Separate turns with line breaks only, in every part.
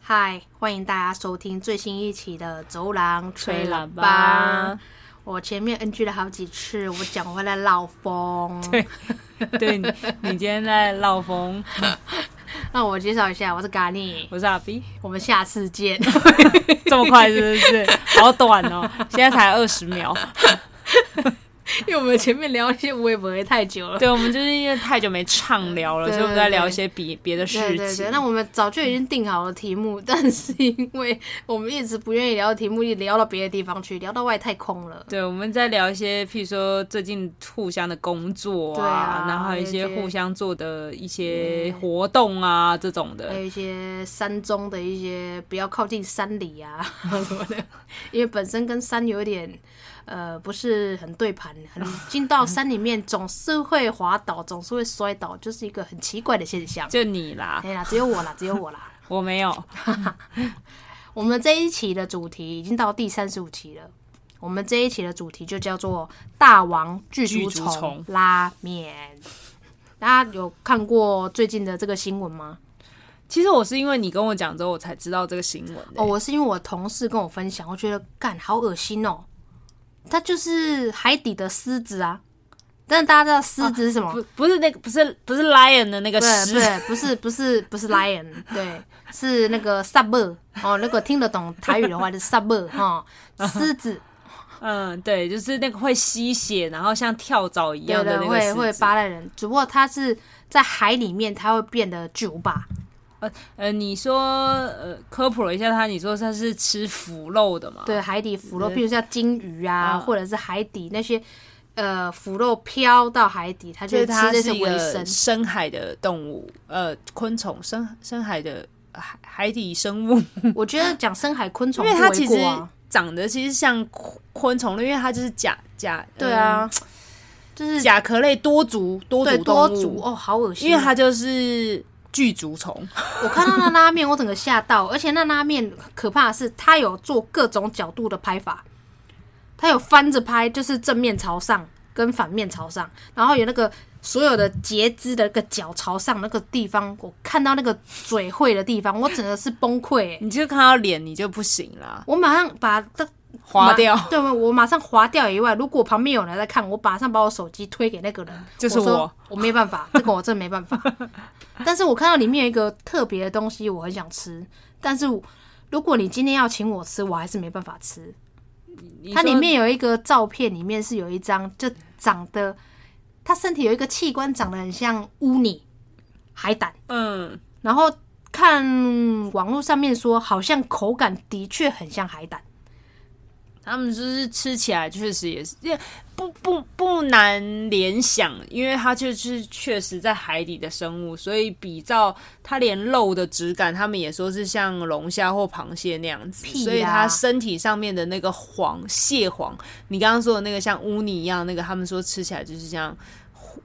嗨，欢迎大家收听最新一期的《走廊吹喇叭》。我前面 NG 了好几次，我讲话在唠风。
对，对你，你今天在闹风，
那我介绍一下，我是咖 喱，
我是阿 B，
我们下次见。
这么快是不是？ 好短哦， 现在才二十秒。
因为我们前面聊一些无也不会太久了。
对，我们就是因为太久没畅聊了，
对
所以我们在聊一些别别的事
对
情。
对对，那我们早就已经定好了题目，但是因为我们一直不愿意聊题目，一直聊到别的地方去，聊到外太空了。
对，我们在聊一些，譬如说最近互相的工作
对啊
然后还有一些
有一些
互相做的一些活动啊这种
还有
的。
一些山中的一些不要靠近山里啊 什么的，因为本身跟山有点呃不是很对盘， 很进到山里面总是会滑倒，总是会摔倒，就是一个很奇怪的现象。
就你啦，
哎呀，只有我啦，只有我啦。
我没有，
我们这一期的主题已经到第三十五期了，我们这一期的主题就叫做“大王巨足
巨足虫
虫拉面”。大家有看过最近的这个新闻吗？
其实我是因为你跟我讲之后，我才知道这个新闻的、
哦，我是因为我同事跟我分享，我觉得干好恶心哦，它就是海底的狮子啊。但是大家知道狮子是什么？
啊不不是那个，不是不是 lion 的那个
对
狮，
对，不是不是不是 lion，对，是那个 sub 哦，如果听得懂台语的话就是 sub 哈、狮子。
嗯，对，就是那个会吸血，然后像跳蚤一
对
样的
对，
那个
会
狮
会
子
扒烂人，只不过它是在海里面，它会变得巨无霸。
呃，你说呃，科普了一下它，你说它是吃腐肉的嘛？
对，海底腐肉，譬如像金鱼啊，
嗯
或者是海底那些呃腐肉飘到海底，它就
所
会
以
吃
它
这
是
些
一
微生
个。深海的动物，呃，昆虫，深深海的海海底生物，
我觉得讲深海昆虫
因为
不
它
为
其实嗯
过啊，
长得其实像昆昆虫类，因为它就是甲甲，
对啊，就是
嗯，甲壳类多足多
对
足
多
动
足
物，
哦，好恶心哦。
因为它就是巨足虫，
我看到那拉面，我整个吓到，而且那拉面可怕的是，它有做各种角度的拍法，它有翻着拍，就是正面朝上跟反面朝上，然后有那个所有的截肢的那个脚朝上那个地方，我看到那个嘴会的地方，我整个是崩溃、欸，
你就看到脸你就不行啦，
我马上把这
划掉。
对，我马上划掉以外，如果旁边有人在看，我马上把我手机推给那个人，
就是我
我说，我没办法，这个我真没 办法。但是我看到里面有一个特别的东西，我很想吃，但是我如果你今天要请我吃，我还是没办法吃。
你
它
说
里面有一个照片，里面是有一张就长得，它身体有一个器官长得很像污泥海胆，
嗯，
然后看网络上面说，好像口感的确很像海胆。
他们就是吃起来确实也是，也不不不难联想，因为它就是确实在海底的生物，所以比照它连肉的质感，他们也说是像龙虾或螃蟹那样子，
屁啦
所以它身体上面的那个黄蟹黄，你刚刚说的那个像污泥一样那个，他们说吃起来就是像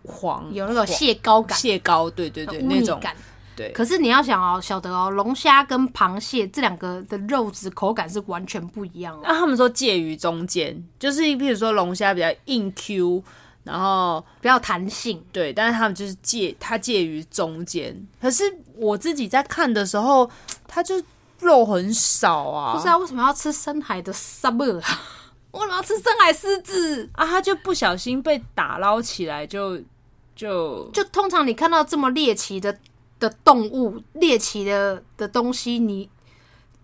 黄
有那种蟹膏
黄
感，
蟹膏，对对对，
污
那
泥
种
感。
对
可是你要想哦，晓得哦，龙虾跟螃蟹这两个的肉质口感是完全不一样哦。
那他们说介于中间，就是比如说龙虾比较硬 Q，然后
比较弹性，
对，但是他们就是介，它介于中间。可是我自己在看的时候，它就肉很少啊，
不知道为什么要吃深海的 summer 啊？为什么要吃深海狮子？
啊，它就不小心被打捞起来就，就
就通常你看到这么猎奇的的动物、猎奇的的东西，你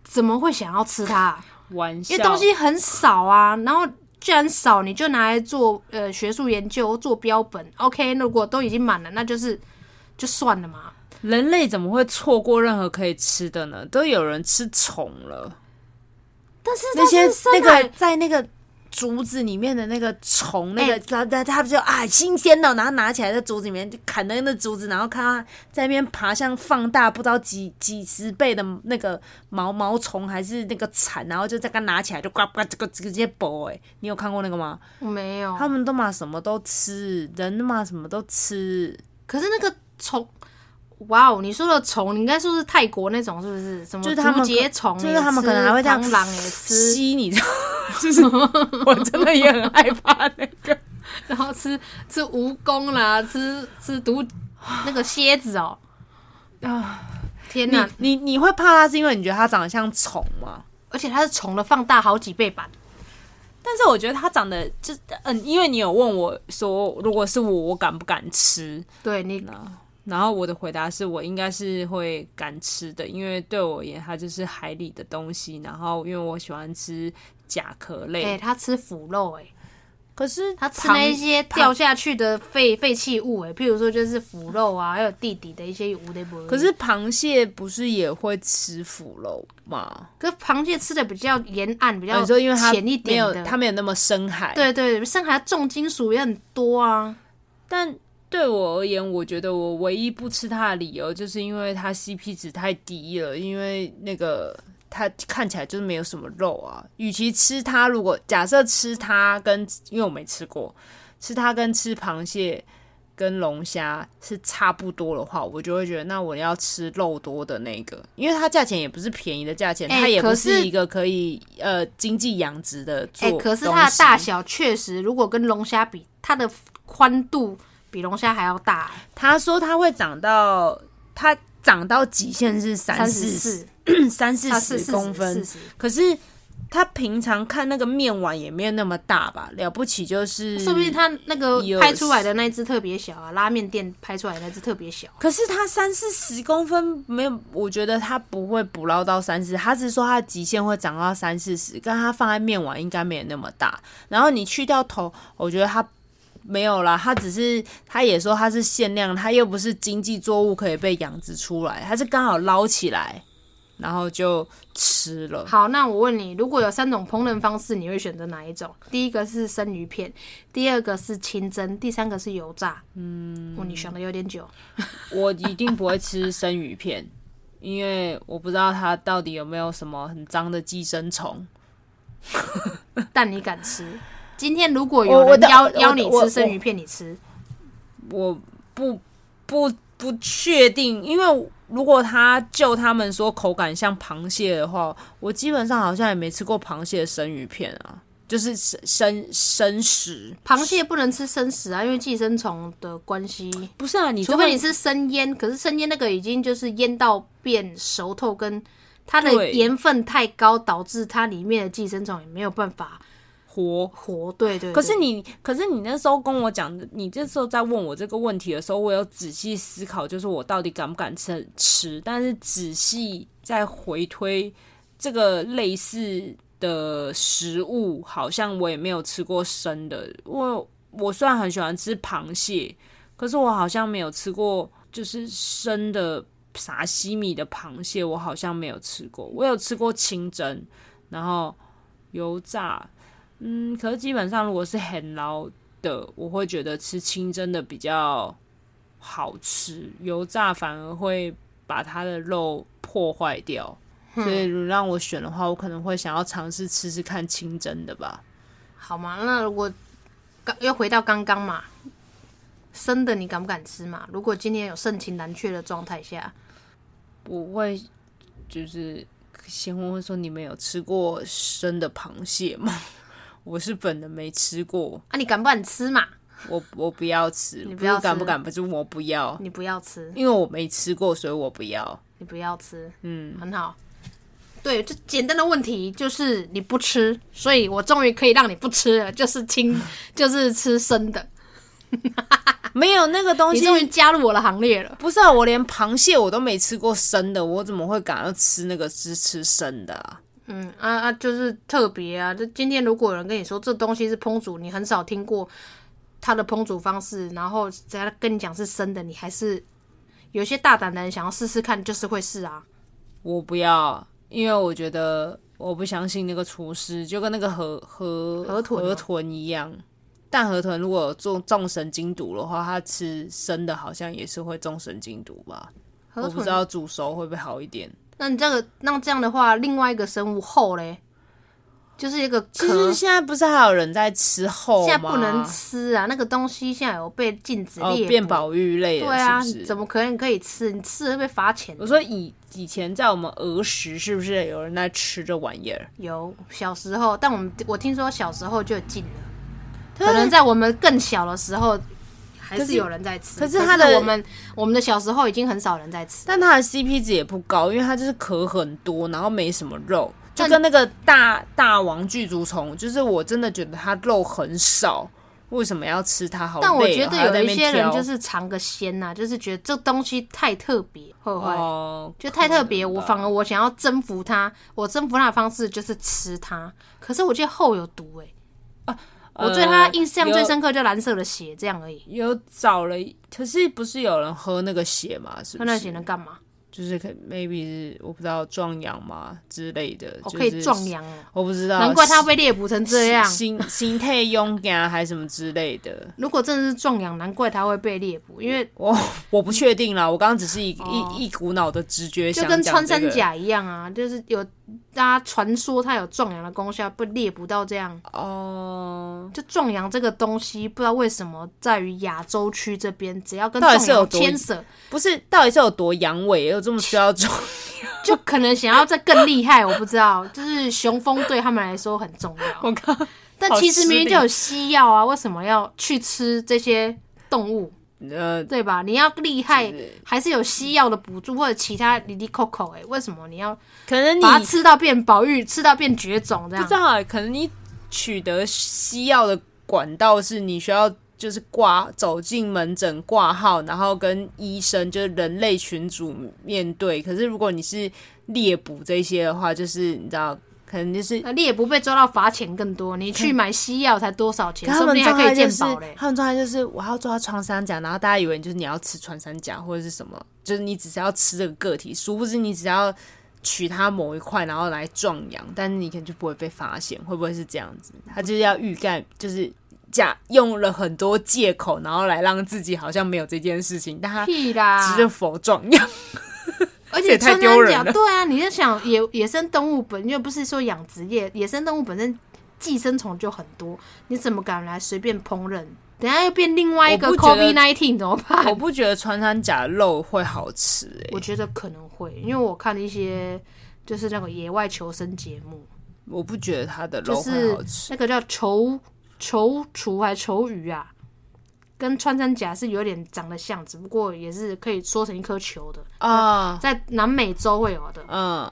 怎么会想要吃它啊？
玩笑，
因为东西很少啊，然后既然少，你就拿来做呃学术研究、做标本。OK，如果都已经满了，那就是就算了嘛。
人类怎么会错过任何可以吃的呢？都有人吃虫了，
但是
那些
这是深
那
海
个在那个。竹子里面的那个虫，那
哎
个它它它不就啊新鲜的，然后拿起来在竹子里面就砍那个竹子，然后看它在那边爬，像放大不知道几几十倍的那个毛毛虫还是那个蚕，然后就再给它拿起来就呱呱这个直接剥。哎，你有看过那个吗？
我没有，
他们都嘛什么都吃，人嘛什么都吃，
可是那个虫，哇哦，你说的虫，你应该说是泰国那种，是不是？什么
就是他们
竹节虫也吃，
就是他们可能还会这样
螳螂也吃，
吸你， 就是我真的也很害怕那个。
然后吃吃蜈蚣啦，吃吃毒那个蝎子哦。
啊，
天
你
哪！
你你会怕它是因为你觉得它长得像虫吗？
而且它是虫的放大好几倍版，
但是我觉得它长得就嗯，因为你有问我说，如果是我，我敢不敢吃？
对你
然后我的回答是我应该是会敢吃的，因为对我而言，它就是海里的东西。然后因为我喜欢吃甲壳类，
哎、它吃腐肉、哎，
可是
它吃
螃
那一些掉下去的废废弃物、哎，譬如说就是腐肉啊，还有地底的一些无的不。
可是螃蟹不是也会吃腐肉吗？
可是螃蟹吃的比较沿岸，比
啊
较
你说因为它
浅一
没
点
有
的，
它没有那么深海，，
对对，对深海重金属也很多啊。
但。对我而言，我觉得我唯一不吃它的理由，就是因为它 CP 值太低了，因为那个它看起来就是没有什么肉啊。与其吃它，如果假设吃它跟，因为我没吃过，吃它跟吃螃蟹跟龙虾是差不多的话，我就会觉得那我要吃肉多的那个，因为它价钱也不是便宜的价钱，
哎
它也不
可是
一个可以呃经济养殖的做
哎、
东西。
可是它的大小确实，如果跟龙虾比，它的宽度比龙虾还要大、
他说他会长到他长到极限是三
三十
四
四，
三四
它是
十公分，
40
可是他平常看那个面碗也没有那么大吧？了不起就是，
说不定它那个
有
拍出来的那一只特别小啊，拉面店拍出来的那只特别小。
可是他三四十公分没有，我觉得他不会捕捞到三四，他只是说他的极限会长到三四十，但他放在面碗应该没有那么大。然后你去掉头，我觉得他没有啦，他只是他也说他是限量，他又不是经济作物可以被养殖出来，他是刚好捞起来，然后就吃了。
好，那我问你，如果有三种烹饪方式，你会选择哪一种？第一个是生鱼片，第二个是清蒸，第三个是油炸。嗯，哦，你想的有点久。
我一定不会吃生鱼片，因为我不知道它到底有没有什么很脏的寄生虫。
但你敢吃。今天如果
我
有
我
人
的
邀
我
邀你
我
吃生
我
鱼片，你吃。
我不不不确定，因为如果他就他们说口感像螃蟹的话，我基本上好像也没吃过螃蟹的生鱼片啊，就是生生生食。
螃蟹不能吃生食啊，因为寄生虫的关系。
不是啊，你
除非你
这
是生腌，可是生腌那个已经就是腌到变熟透，跟它的
对
盐分太高，导致它里面的寄生虫也没有办法
活。
活。对对
可是
对
你，可是你那时候跟我讲的，你这时候在问我这个问题的时候，我有仔细思考，就是我到底敢不敢吃吃，但是仔细再回推这个类似的食物，好像我也没有吃过生的。我我虽然很喜欢吃螃蟹，可是我好像没有吃过就是生的啥西米的螃蟹，我好像没有吃过。我有吃过清蒸，然后油炸，嗯，可是基本上如果是很捞的，我会觉得吃清蒸的比较好吃，油炸反而会把它的肉破坏掉。所以如果让我选的话，我可能会想要尝试吃吃看清蒸的吧。
好嘛，那如果刚又回到刚刚嘛，生的你敢不敢吃嘛？如果今天有盛情难却的状态下，
我会就是先问问说，你们有吃过生的螃蟹吗？ 我是本人没吃过，
啊，你敢不敢吃嘛？
我我不要吃，
你
不
不要
是敢
吃
不敢，不是我不要，
你不要吃，
因为我没吃过，所以我不要。
你不要吃，
嗯，
很好。对，这简单的问题就是你不吃，所以我终于可以让你不吃了， 就是清，就是吃生的。
没有那个东
你
西，
终于加入我的行列了。
不是啊，我连螃蟹我都没吃过生的，我怎么会敢要吃那个是吃生的啊？
嗯啊啊，就是特别啊！就今天如果有人跟你说这东西是烹煮，你很少听过它的烹煮方式，然后只要跟你讲是生的，你还是有些大胆的人想要试试看，就是会试啊。
我不要，因为我觉得我不相信那个厨师，就跟那个河河
河豚哦
河豚一样。但河豚如果有中中神经毒的话，它吃生的好像也是会中神经毒吧？
河
我不
豚
知，道煮熟会不会好一点。
那你这个那这样的话，另外一个生物后嘞，就是一个
其
壳
实，现在不是还有人在吃后
现
吗？
在不能吃啊，那个东西现在有被禁止
哦
猎捕，
变保育类
对
了，
啊，
是不是？
怎么可能可以吃？你吃了会被罚钱。
我说以以前在我们儿时，是不是有人在吃这玩意儿？
有小时候，但我们我听说小时候就禁了，可能在我们更小的时候还
可
是
是
有人在吃。
可
可
是它的
我们我们的小时候已经很少人在吃，
但它的 CP 值也不高，因为它就是壳很多，然后没什么肉，就
但
跟那个大大王巨足虫，就是我真的觉得它肉很少，为什么要吃它？好累、哦，
但我觉
还要
得
在
有
那
一
边
些人
挑
就是尝个鲜呐、就是觉得这东西太特别，会不会？
哦，
就太特别，
可能
我
吧
反而我想要征服它，我征服它的方式就是吃它。可是我记得后有毒哎、我对它
呃
印象最深刻就蓝色的血这样而已。
有有找了，可是不是有人喝那个血嘛？是不
喝
是
那血能干嘛？
就是可 maybe 是我不知道壮阳嘛之类的，
我
就是呃
可以壮，阳哦，
我不知道，
难怪它被猎捕成这样。
心心态勇敢还是什么之类的。
如果真的是壮阳，难怪它会被猎捕，因为
我我不确定啦，我刚刚只是一、一一股脑的直觉
哦就
想
跟
讲
穿山
这个
甲一样啊，就是有大家传说它有壮阳的功效，被猎捕到这样。
哦，
就壮阳这个东西，不知道为什么在于亚洲区这边，只要跟
到底
壮
是有
阳
多
牵扯，
不是，到底是有多阳痿，有这么需 要重？
就可能想要再更厉害，我不知道。就是雄风对他们来说很重要，
我刚
但其实明明就有西药啊，为什么要去吃这些动物，
呃，
对吧？你要厉害，还是有西药的补助或者其他里里扣扣，哎，为什么你要
可能你
把它吃到变保育，吃到变绝种这
不
样
知？道啊，可能你取得西药的管道是你需要就是挂走进门诊挂号，然后跟医生就是人类群组面对。可是如果你是猎捕这些的话，就是你知道，可能就是
那你也不被抓到，罚钱更多。你去买西药才多少钱？
可嗯他
说不
们
定还
状
可
态
以
就
鉴
是
宝嘞。
他们状态就是我要抓穿山甲，然后大家以为就是你要吃穿山甲或者是什么，就是你只是要吃这个个体，殊不知你只要取它某一块然后来壮阳，但是你可能就不会被发现，会不会是这样子？他就是要欲盖，就是假用了很多借口，然后来让自己好像没有这件事情，但他
屁啦！
只是否壮阳。
而
这
且
也太
穿
丢
山
人
甲，
了
对啊，你在想野野生动物本就不是说养殖业，野生动物本身寄生虫就很多，你怎么敢来随便烹饪？等一下又变另外一个
我不觉得
COVID nineteen 怎么办？
我不觉得穿山甲肉会好吃、欸，
我觉得可能会，因为我看了一些就是那个野外求生节目，
我不觉得它的
就
肉会
是
好吃。
那个叫球球厨还球鱼啊，跟穿山甲是有点长得像，只不过也是可以缩成一颗球的，
啊，
在南美洲会有的。
嗯，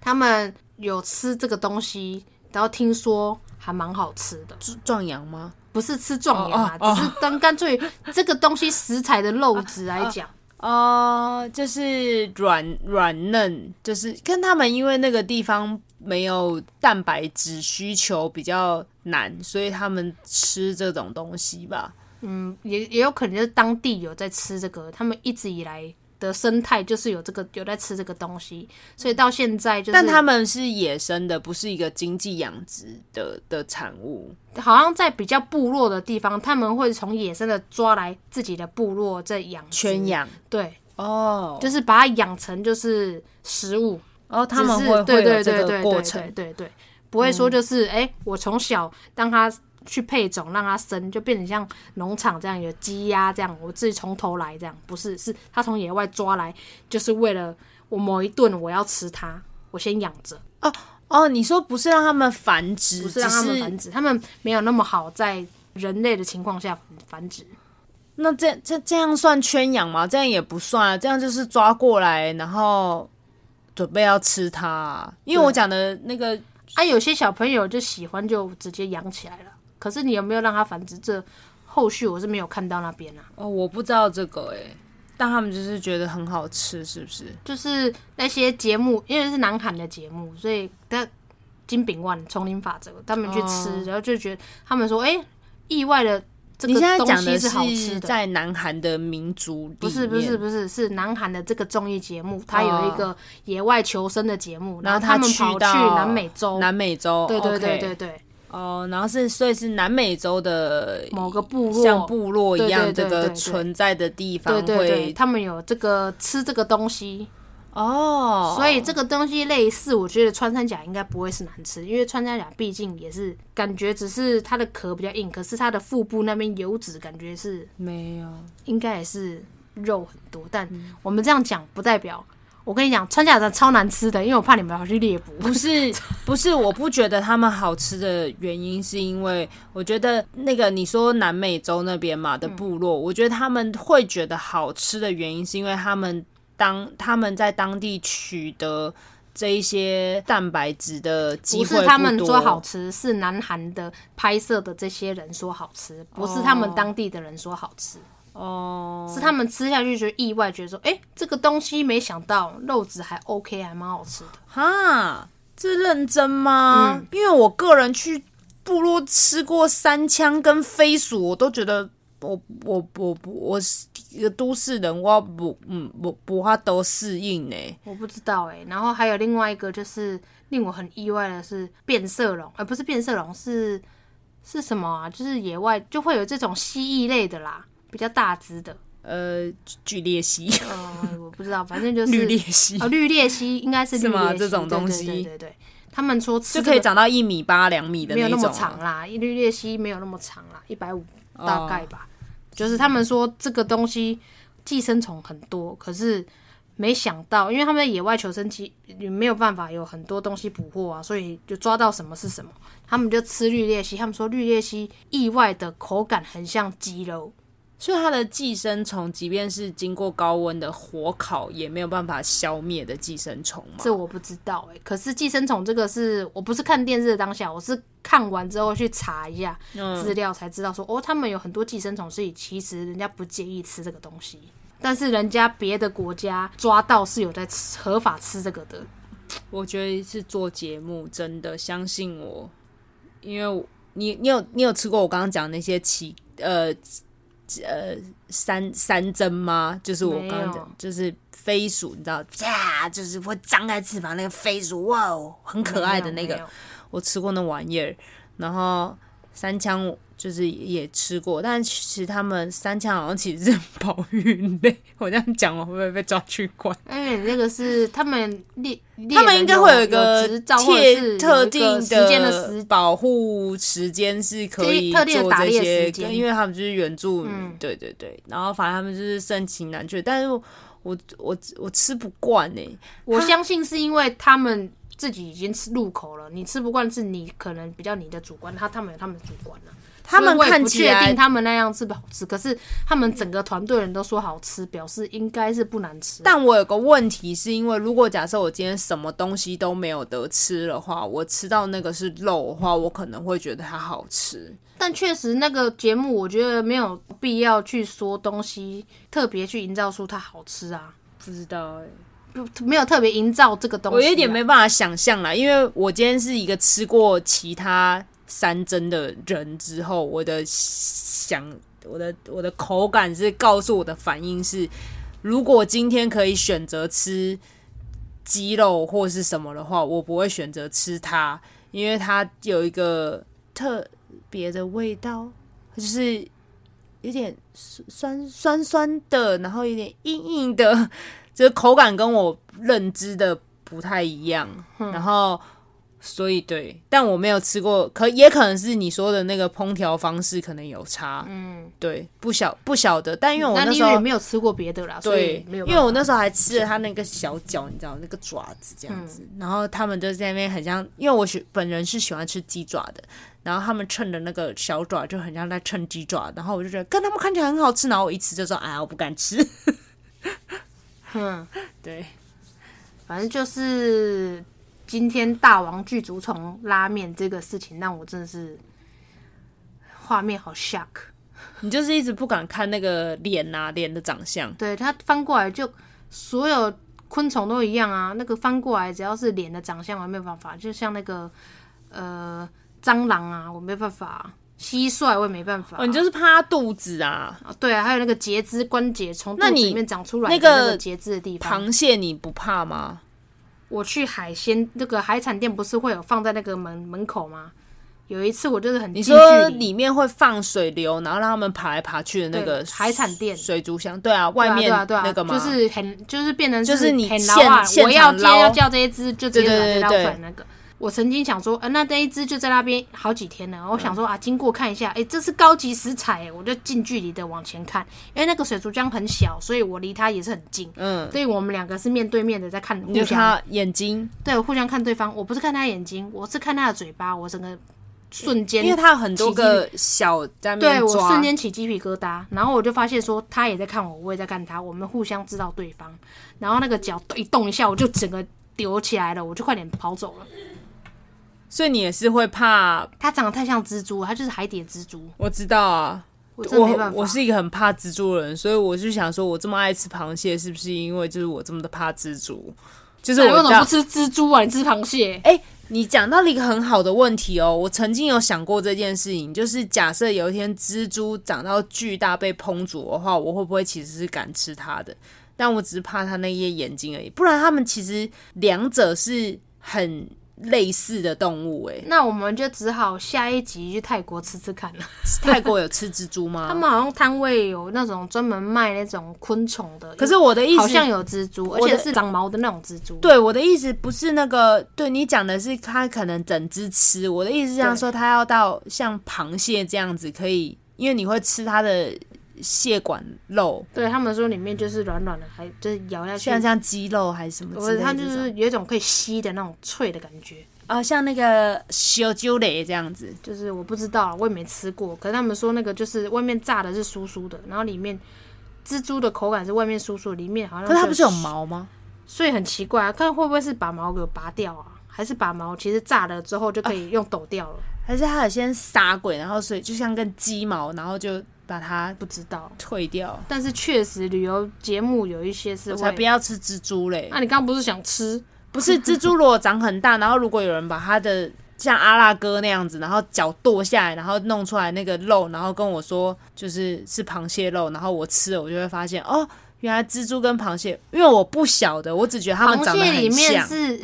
他们有吃这个东西，然后听说还蛮好吃的，
壮壮阳吗？
不是吃壮阳啊，
哦哦哦
只是单干脆这个东西食材的肉质来讲，
哦，就是软软嫩，就是跟他们因为那个地方没有蛋白质需求比较难，所以他们吃这种东西吧。
嗯，也也有可能就是当地有在吃这个，他们一直以来的生态就是有这个有在吃这个东西，所以到现在就是，
但他们是野生的，不是一个经济养殖的的产物。
好像在比较部落的地方，他们会从野生的抓来自己的部落再养殖
圈，养
对，
哦，
就是把它养成就是食物。
然后他们
只是
会会
对
有
对
这
对
个
对
过
对
程嗯
对对对，不会说就是哎、诶我从小让它去配种，让它生，就变成像农场这样有鸡鸭这样，我自己从头来这样，不是，是它从野外抓来，就是为了我某一顿我要吃它，我先养着，
哦。你说不是让他们繁殖，
不是让它们繁
殖。
殖，它们没有那么好在人类的情况下繁殖。
那这这这样算圈养吗？这样也不算啊，这样就是抓过来，然后准备要吃它啊、因为我讲的那个
啊，有些小朋友就喜欢就直接养起来了，可是你有没有让它繁殖？这后续我是没有看到那边啊。
哦，我不知道这个诶、但他们就是觉得很好吃，是不是？
就是那些节目，因为是南韩的节目，所以他金炳万丛林法则，他们去吃，然后就觉得他们说，哎、意外的这
你现在
个东
讲
西
是
好吃的。
在南韩的民族里面，哦
不是不是不是，是南韩的这个综艺节目，它有一个野外求生的节目，
然后
后他们
去
跑去
到
南美洲，
南美洲，
对对对
OK
对对，
哦，然后是所以是南美洲的
某个部
像
落，
部落一样
对对对
这个
对对
存在的地方
对
会
对对，他们有这个吃这个东西，
哦，
所以这个东西类似，我觉得穿山甲应该不会是难吃，因为穿山甲毕竟也是感觉只是它的壳比较硬，可是它的腹部那边油脂感觉是
没有。嗯
应该也是肉很多。但我们这样讲不代表我跟你讲，川甲的超难吃的，因为我怕你们跑去猎捕。
不是不是，我不觉得他们好吃的原因是因为我觉得那个你说南美洲那边嘛的部
嗯
落，我觉得他们会觉得好吃的原因是因为他们当他们在当地取得这一些蛋白质的
不
机会
是他们
多
说好吃，是南韩的拍摄的这些人说好吃，不是他们当地的人说好吃，
哦，
是他们吃下去觉得意外，觉得说，哎、这个东西没想到肉质还 OK，还蛮好吃的。
哈，这认真吗？
嗯
因为我个人去部落吃过三枪跟飞鼠，我都觉得我我我我是一个都市人，我不嗯我不怕都适应欸呢、
我不知道哎、然后还有另外一个就是令我很意外的是变色龙，呃，不是变色龙，是是什么啊？就是野外就会有这种蜥蜴类的啦，比较大只的。
呃，巨鬣蜥、
嗯， 我不知道，反正就是
绿鬣蜥
哦，绿鬣蜥应该是
是
绿
吗
鬣蜥
这种
对
东
对
西
对对对，他们说吃
就
这
可以
个
长到一米八、两米的
没有
那
那
种哦
么
啊、
长啦，绿鬣蜥没有那么长啦，一百五大概吧。就是他们说这个东西寄生虫很多，可是没想到，因为他们在野外求生期也没有办法有很多东西捕获啊，所以就抓到什么是什么。他们就吃绿鬣蜥，他们说绿鬣蜥意外的口感很像鸡肉，
所以它的寄生虫，即便是经过高温的火烤，也没有办法消灭的寄生虫嘛。
这我不知道哎、可是寄生虫这个是我不是看电视的当下，我是看完之后去查一下
嗯
资料才知道说，哦，他们有很多寄生虫，所以其实人家不介意吃这个东西，但是人家别的国家抓到是有在吃合法吃这个的。
我觉得是做节目，真的相信我，因为我你你有你有吃过我刚刚讲那些奇呃呃三三针吗？就是我刚刚
没有
讲，就是飞鼠，你知道，呀，就是会张开翅膀那个飞鼠，哇哦，很可爱的那
没
个
有，，
我吃过那玩意儿，然后三枪就是也吃过，但其实他们三枪好像其实是 保育类，我这样讲我会不会被抓去关？
没有因为你这哎个是他们猎，猎
他们
人
应该
有
会有一
有
个
执照或者是有一
特特
个
定
时间的时
保护时间是可以
特定的
做
打
这
猎
些
时，间嗯
跟因为他们就是原住民，对对对，然后反正他们就是盛情难却，但是我我我我吃不惯欸呢、
我相信是因为他们自己已经吃入口了，你吃不惯是你可能比较你的主观，他他们有他们的主观啊了、
他们
所以我也
看
不
起
确定
来
他们那样是不是好吃，可是他们整个团队人都说好吃，表示应该是不难吃。
但我有个问题，是因为如果假设我今天什么东西都没有得吃的话，我吃到那个是肉的话，我可能会觉得它好吃。
但确实那个节目，我觉得没有必要去说东西特别去营造出它好吃啊，
不知道哎、
不没有特别营造这个东西、啊
我有点没。办法想象啦，因为我今天是一个吃过其他三针的人之后，我的想我的我的口感是告诉我的反应是，如果今天可以选择吃鸡肉或是什么的话，我不会选择吃它，因为它有一个特别的味道，就是。有点酸酸酸的，然后有点硬硬的， 就是口感跟我认知的不太一样。
嗯
然后，所以对，但我没有吃过，可也可能是你说的那个烹调方式可能有差。嗯，对，不晓不晓得，但因为我
那
那
你
时
也
候
没有吃过别的啦，所以
对，
没
因
有办法。
为我那时候还吃了它那个小脚，你知道那个爪子这样子，然后他们就在那边很像，因为我喜本人是喜欢吃鸡爪的，然后他们称的那个小爪就很像在称鸡爪，然后我就觉得跟他们看起来很好吃，然后我一吃就说啊我不敢吃，
嗯，
对，
反正就是今天大王巨足虫拉面这个事情，让我真的是画面好 shock。
你就是一直不敢看那个脸呐、脸的长相，
对，它翻过来就所有昆虫都一样啊，那个翻过来只要是脸的长相，我没有办法。就像那个呃蟑螂啊，我没办法啊、蟋蟀我也没办法啊、
哦，你就是怕它肚子啊，
啊对啊，还有那个节肢关节从肚
那
子
你
里面长出来的
那
那
个
个节肢的地方，
螃蟹你不怕吗？
我去海鲜那个海产店不是会有放在那个门门口吗？有一次我就是很
你
近距
说
离
里面会放水流，然后让他们爬来爬去的那个
对海产店
水族箱，对啊，外
对
面
啊对啊对
那
啊，
个吗？
就是很就是变成
就是你
很捞啊，
现
我要
现
接
场捞
要叫这一只就直接
对对
来捞
对
出来
对
那个。我曾经想说，呃，那那一只就在那边好几天了。我想说啊，经过看一下，诶，这是高级食材耶，我就近距离的往前看，因为那个水族箱很小，所以我离它也是很近，
嗯，
所以我们两个是面对面的在看，
你
互
就
相
看他眼睛，
对互相看对方。我不是看他眼睛，我是看他的嘴巴，我整个瞬间
因为他有很多个小在那
对
边
我
抓，
瞬间起鸡皮疙瘩，然后我就发现说他也在看我，我也在看他，我们互相知道对方。然后那个脚一动一下，我就整个丢起来了，我就快点跑走了。
所以你也是会怕，
它长得太像蜘蛛了，它就是海底的蜘蛛，
我知道啊。
我真的没
我
办法。
我是一个很怕蜘蛛的人，所以我就想说，我这么爱吃螃蟹，是不是因为就是我这么的怕蜘蛛？就是
那你
我
为什
这
么
样
不吃蜘蛛啊？你吃螃蟹？
哎、你讲到了一个很好的问题哦，我曾经有想过这件事情，就是假设有一天蜘蛛长到巨大被烹煮的话，我会不会其实是敢吃它的？但我只是怕它那些眼睛而已，不然它们其实两者是很类似的动物、哎，
那我们就只好下一集去泰国吃吃看了。
泰国有吃蜘蛛
他
吗？
们好像摊位有那种专门卖那种昆虫的，
可是我的意思
好像有蜘蛛，而
我的
且是长毛的那种蜘蛛。
对，我的意思不是那个，对你讲的是它可能整只吃，我的意思是这样说，它要到像螃蟹这样子可以，因为你会吃它的蟹管肉，
对他们说里面就是软软的，还就是咬下去
像像鸡肉还是什么
我
之类的这种，
它就是有一种可以吸的那种脆的感觉，
啊、像那个小酒类这样子，
就是我不知道，我也没吃过。可是他们说那个就是外面炸的是酥酥的，然后里面蜘蛛的口感是外面酥酥的，里面好像
可是它不是有
吸，
毛吗？
所以很奇怪、啊，看会不会是把毛给拔掉啊，还是把毛其实炸了之后就可以用抖掉了，
还是它有先杀鬼，然后所以就像跟鸡毛，然后就把它
不知道。
退掉。
但是确实旅游节目有一些是
我才不
会，
要吃蜘蛛嘞！
那、你刚刚不是想吃？
不是蜘蛛，如果长很大，然后如果有人把它的像阿拉哥那样子，然后脚剁下来，然后弄出来那个肉，然后跟我说就是是螃蟹肉，然后我吃了，我就会发现哦，原来蜘蛛跟螃蟹，因为我不晓得，我只觉得它们
螃
长得
蟹里
很
面
像，
是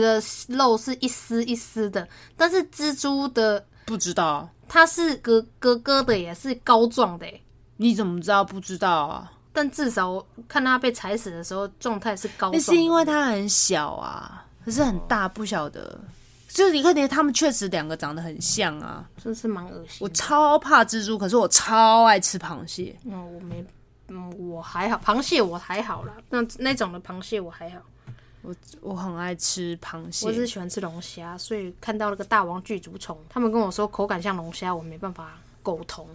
呃肉是一丝一丝的，但是蜘蛛的
不知道
它是格格格的耶，是膏状的耶，
你怎么知道不知道啊？
但至少我看它被踩死的时候状态是膏状
那
的。
是因为它很小啊，可是很大，不晓得。就是你看，连他们确实两个长得很像啊。
真是蛮恶心
我
的。
超怕蜘蛛，可是我超爱吃螃蟹。
嗯，我没，嗯，我还好，螃蟹我还好啦，那那种的螃蟹我还好，
我很爱吃螃
我只
蟹。
是喜欢吃龙虾，所以看到那个大王巨足虫，他们跟我说口感像龙虾，我没办法苟 同，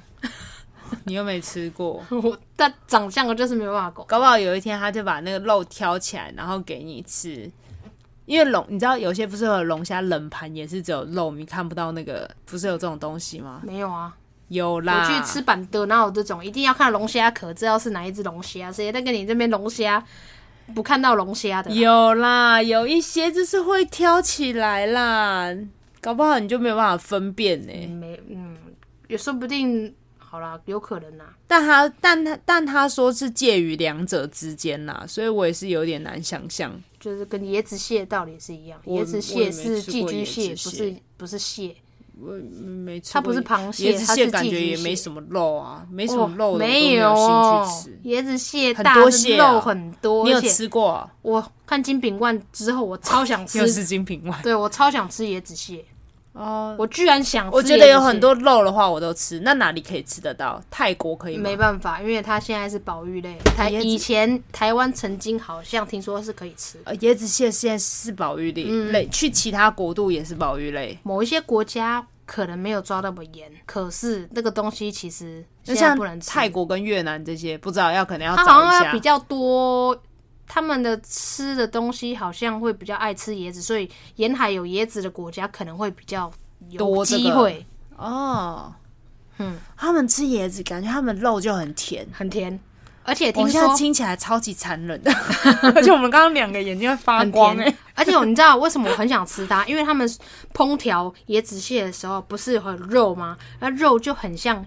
你又没吃过，
我但长相我就是没有办法苟。
搞不好有一天他就把那个肉挑起来，然后给你吃。因为龙，你知道有些不是有龙虾冷盘，也是只有肉，你看不到那个，不是有这种东西吗？
没有啊，
有
我
啦，
去吃板的，哪有这种？一定要看龙虾壳，知道是哪一只龙虾。谁在跟你这边龙虾不看到龙虾的啦？
有啦，有一些就是会挑起来啦，搞不好你就没有办法分辨呢、
没，嗯，也说不定，好啦，有可能啊呐、
但他但他但他说是介于两者之间啦，所以我也是有点难想象。
就是跟椰子蟹道理是一样。
我
椰子
我也
蟹
没
是
吃
寄
过
居蟹，
椰子
不
蟹
是不是蟹，
我嗯没吃过，
它不是螃蟹
椰子
它
蟹
是
感
寄
觉
居
也没
蟹
什么肉啊，没什
哦
么肉的，我都
没
没有
哦
兴趣吃。
椰子蟹
很
大
多
是
蟹啊
肉很多，
你有
而且
吃过啊、
我看金饼罐之后，我超想
你有
吃，
吃金瓶丸
对我超想吃椰子蟹，
哦？
我居然想吃椰子蟹。
我觉得有很多肉的话我都吃，那哪里可以吃得到？泰国可以吗
没？办法，因为它现在是保育类。台
椰子
以前台湾曾经好像听说是可以吃，
呃，椰子蟹现在是保育类，
嗯
类去其他国度也是保育类。
某一些国家可能没有抓那么严，可是那个东西其实
那
现在
像
不能吃。
泰国跟越南这些，不知道要可能要
它
找
好
一
像
下
比。较多，他们的吃的东西好像会比较爱吃椰子，所以沿海有椰子的国家可能会比较有
多这个
机会，
哦，
嗯，
他们吃椰子，感觉他们肉就很甜。
很甜。而且
我
听
现在
说
听起来超级残 忍的，而且我们刚刚两个眼睛会发
很
光哎、
甜，而且你知道为什么我很想吃它？ 因为他们烹调椰子蟹的时候不是很肉吗？那肉就很像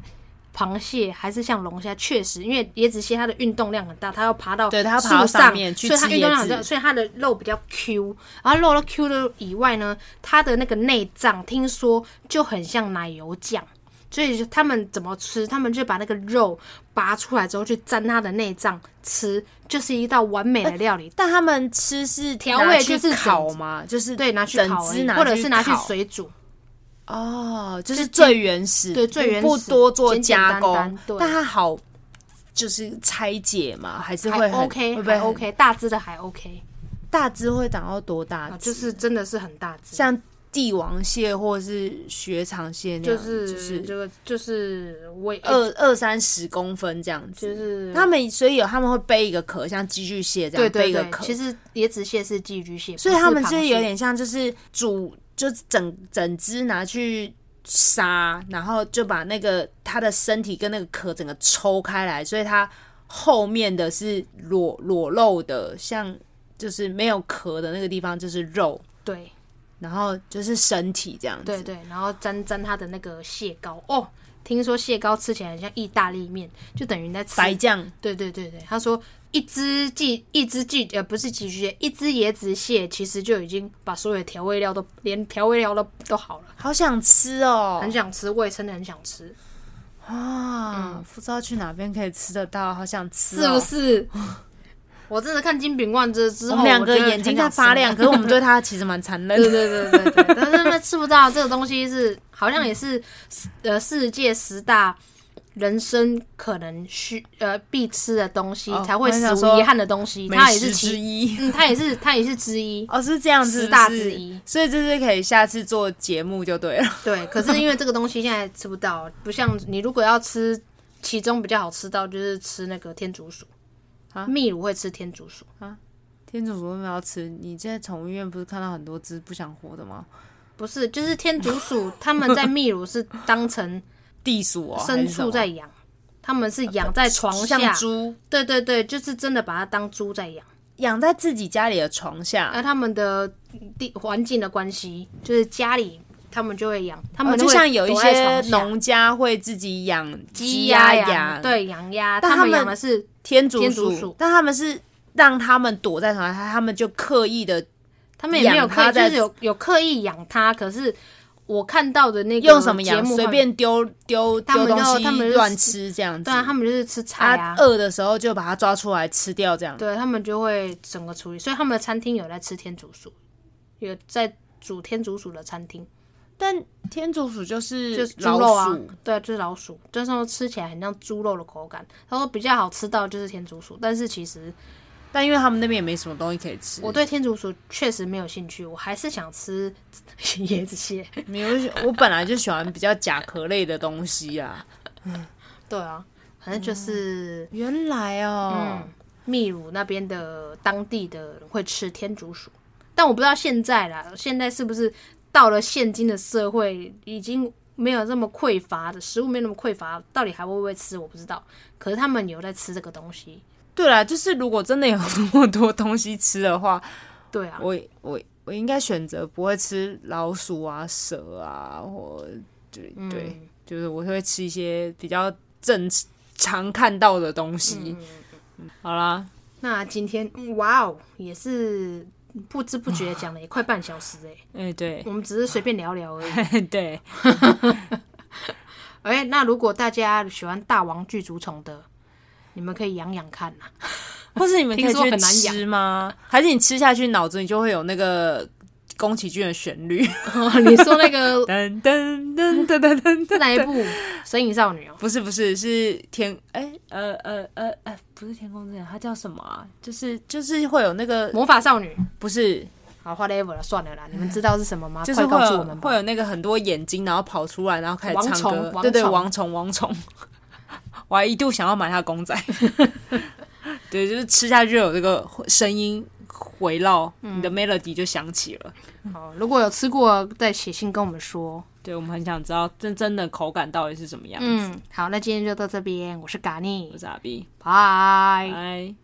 螃蟹，还是像龙虾？确实，因为椰子蟹它的运动量很大，它要爬到
对它要爬
树
到
上
上面去
所以它
吃
运动
椰
量很
子
大，所以它的肉比较 Q。然后肉都 Q 的以外呢，它的那个内脏听说就很像奶油酱。所以他们怎么吃？他们就把那个肉拔出来之后去沾它的内脏吃，就是一道完美的
哎
料理。
但他们吃是
调味
拿去
就是整
烤吗？就是
对，拿去
整
烤而
只
已，
拿
或者是拿去
烤
水煮。
哦，就是最原始，
对最原始
不多做
简简单
加工，
单对
但它好就是拆解嘛，还是
还
会很
OK，
会不会
还
很
OK，大只的还 OK，
大只会长到多大
啊，
只？
就是真的是很大只，
像帝王蟹或是雪场蟹那
就
样，
是
就
这
是
个就是我
二二三十公分这样子。
就是
他们所以有他们会背一个壳，像寄居蟹这样
对对
背一
对
个，壳，
其实椰子蟹是寄居蟹，
所以
不是
他们就
螃
是
蟹
有点像就是煮，就是整整只拿去杀，然后就把那个它的身体跟那个壳整个抽开来，所以它后面的是裸裸露的，像就是没有壳的那个地方就是肉，
对
然后就是身体这样子。
对对，然后沾沾它的那个蟹膏哦。听说蟹膏吃起来很像意大利面，就等于你在吃。
白酱
对对对对，他说一只寄一只寄呃不是寄居蟹，一只椰子蟹其实就已经把所有的调味料都连调味料都都好了，
好想吃哦
很想吃，我也真的很想吃，
啊！不知道去哪边可以吃得到，好想吃、
嗯
哦
是不？是？我真的看金饼万之之后，
我们两个
哦我觉得
眼睛
很想
在发
吃
亮，可是我们对它其实蛮残忍的
对。对对对对，但是那吃不到这个东西是好像也是呃世界十大人生可能需呃必吃的东西，
哦
才会
我还
死
想
无遗
说
憾的东西，它也
美
是
食之
其
一。
嗯，它也是它也是之一。
哦，是这样子，
十大
是不是
之一
所以就是可以下次做节目就对了。
对，可是因为这个东西现在吃不到，不像你如果要吃，其中比较好吃到就是吃那个天竺鼠。
啊
秘鲁会吃天竺鼠，
天竺鼠为什么要吃？你现在宠物医院不是看到很多只不想活的吗？
不是，就是天竺鼠，他们在秘鲁是当 成
地鼠哦，还
牲
是什
畜
么
在养，他们是养在床下，
啊像猪
对对对，就是真的把它当猪在养。
养在自己家里的床下，哦
那他们的地环境的关系，就是家里他们就会养，他
哦
们
就
会
像有一
躲在
些
床下
农家会自己养
鸡
鸭、
羊，对羊鸭，
但
他
他
们
们
养的是
天竺
天竺鼠
但他们是让他们躲在床下，他们就刻意的
他们也没有
养
刻
它
意，就
在
是有有刻意养它，可是我看到的那个
用什么
节
养，
目
随
画面，
便丢丢
他们
丢东
就
西
他们就
乱吃这样子。
对啊，他们就是吃菜
他
啊，
饿的时候就把它抓出来吃掉，这样。
对他们就会整个处理，所以他们的餐厅有在吃天竺鼠，有在煮天竺鼠的餐厅，
但天竺鼠就是
就是猪
嗯老
肉啊
鼠，，
对，就是老鼠，就是说吃起来很像猪肉的口感。他说比较好吃到就是天竺鼠，但是其实
但因为他们那边也没什么东西可以吃。
我对天竺鼠确实没有兴趣，我还是想吃 椰子蟹。
没有，我本来就喜欢比较甲壳类的东西啊。
对啊，反正就是
原来哦，
嗯秘鲁那边的当地的人会吃天竺鼠，但我不知道现在啦，现在是不是到了现今的社会，已经没有这么匮乏的食物，没有那么匮乏，到底还会不会吃，我不知道。可是他们有在吃这个东西，
对啦，就是如果真的有那么多东西吃的话，
对啊，
我我我应该选择不会吃老鼠啊、蛇啊，或对
嗯
对，就是我会吃一些比较正常看到的东西。嗯好啦，
那今天嗯哇哦，也是不知不觉讲了也快半小时哎、
哎、对
我们只是随便聊聊而已。
对，
哎、那如果大家喜欢大王巨足虫的，你们可以养养看啊呐、
或是你们可
听
以
说
去
很难养
吃吗？还是你吃下去，脑子里就会有那个宫崎骏的旋 律？
你说那个
噔噔噔噔噔噔
是
噔。
哪一部《神隐少女》哦？
不是不是是天哎、呃呃呃呃不是天空之城，它叫什么啊？就是就是会有那个
魔法少女。
不是，
好，whatever 了，算了啦。你们知道是什么吗？
嗯就是
啊快
会
告诉我
有
们吧。
会有那个很多眼睛，然后跑出来，然后开始
王
唱
虫
歌。
王
对对，
虫
王虫王虫， 我还一度想要买它的公仔。 对，就是吃下去有这个声音回绕，你
嗯
的 melody 就响起了。
好，如果有吃过，再写信跟我们说。
对，我们很想知道真真的口感
嗯
到底是什么样子。
嗯，好，那今天就到这边。我是嘎尼
我，是阿 B，
拜。
拜。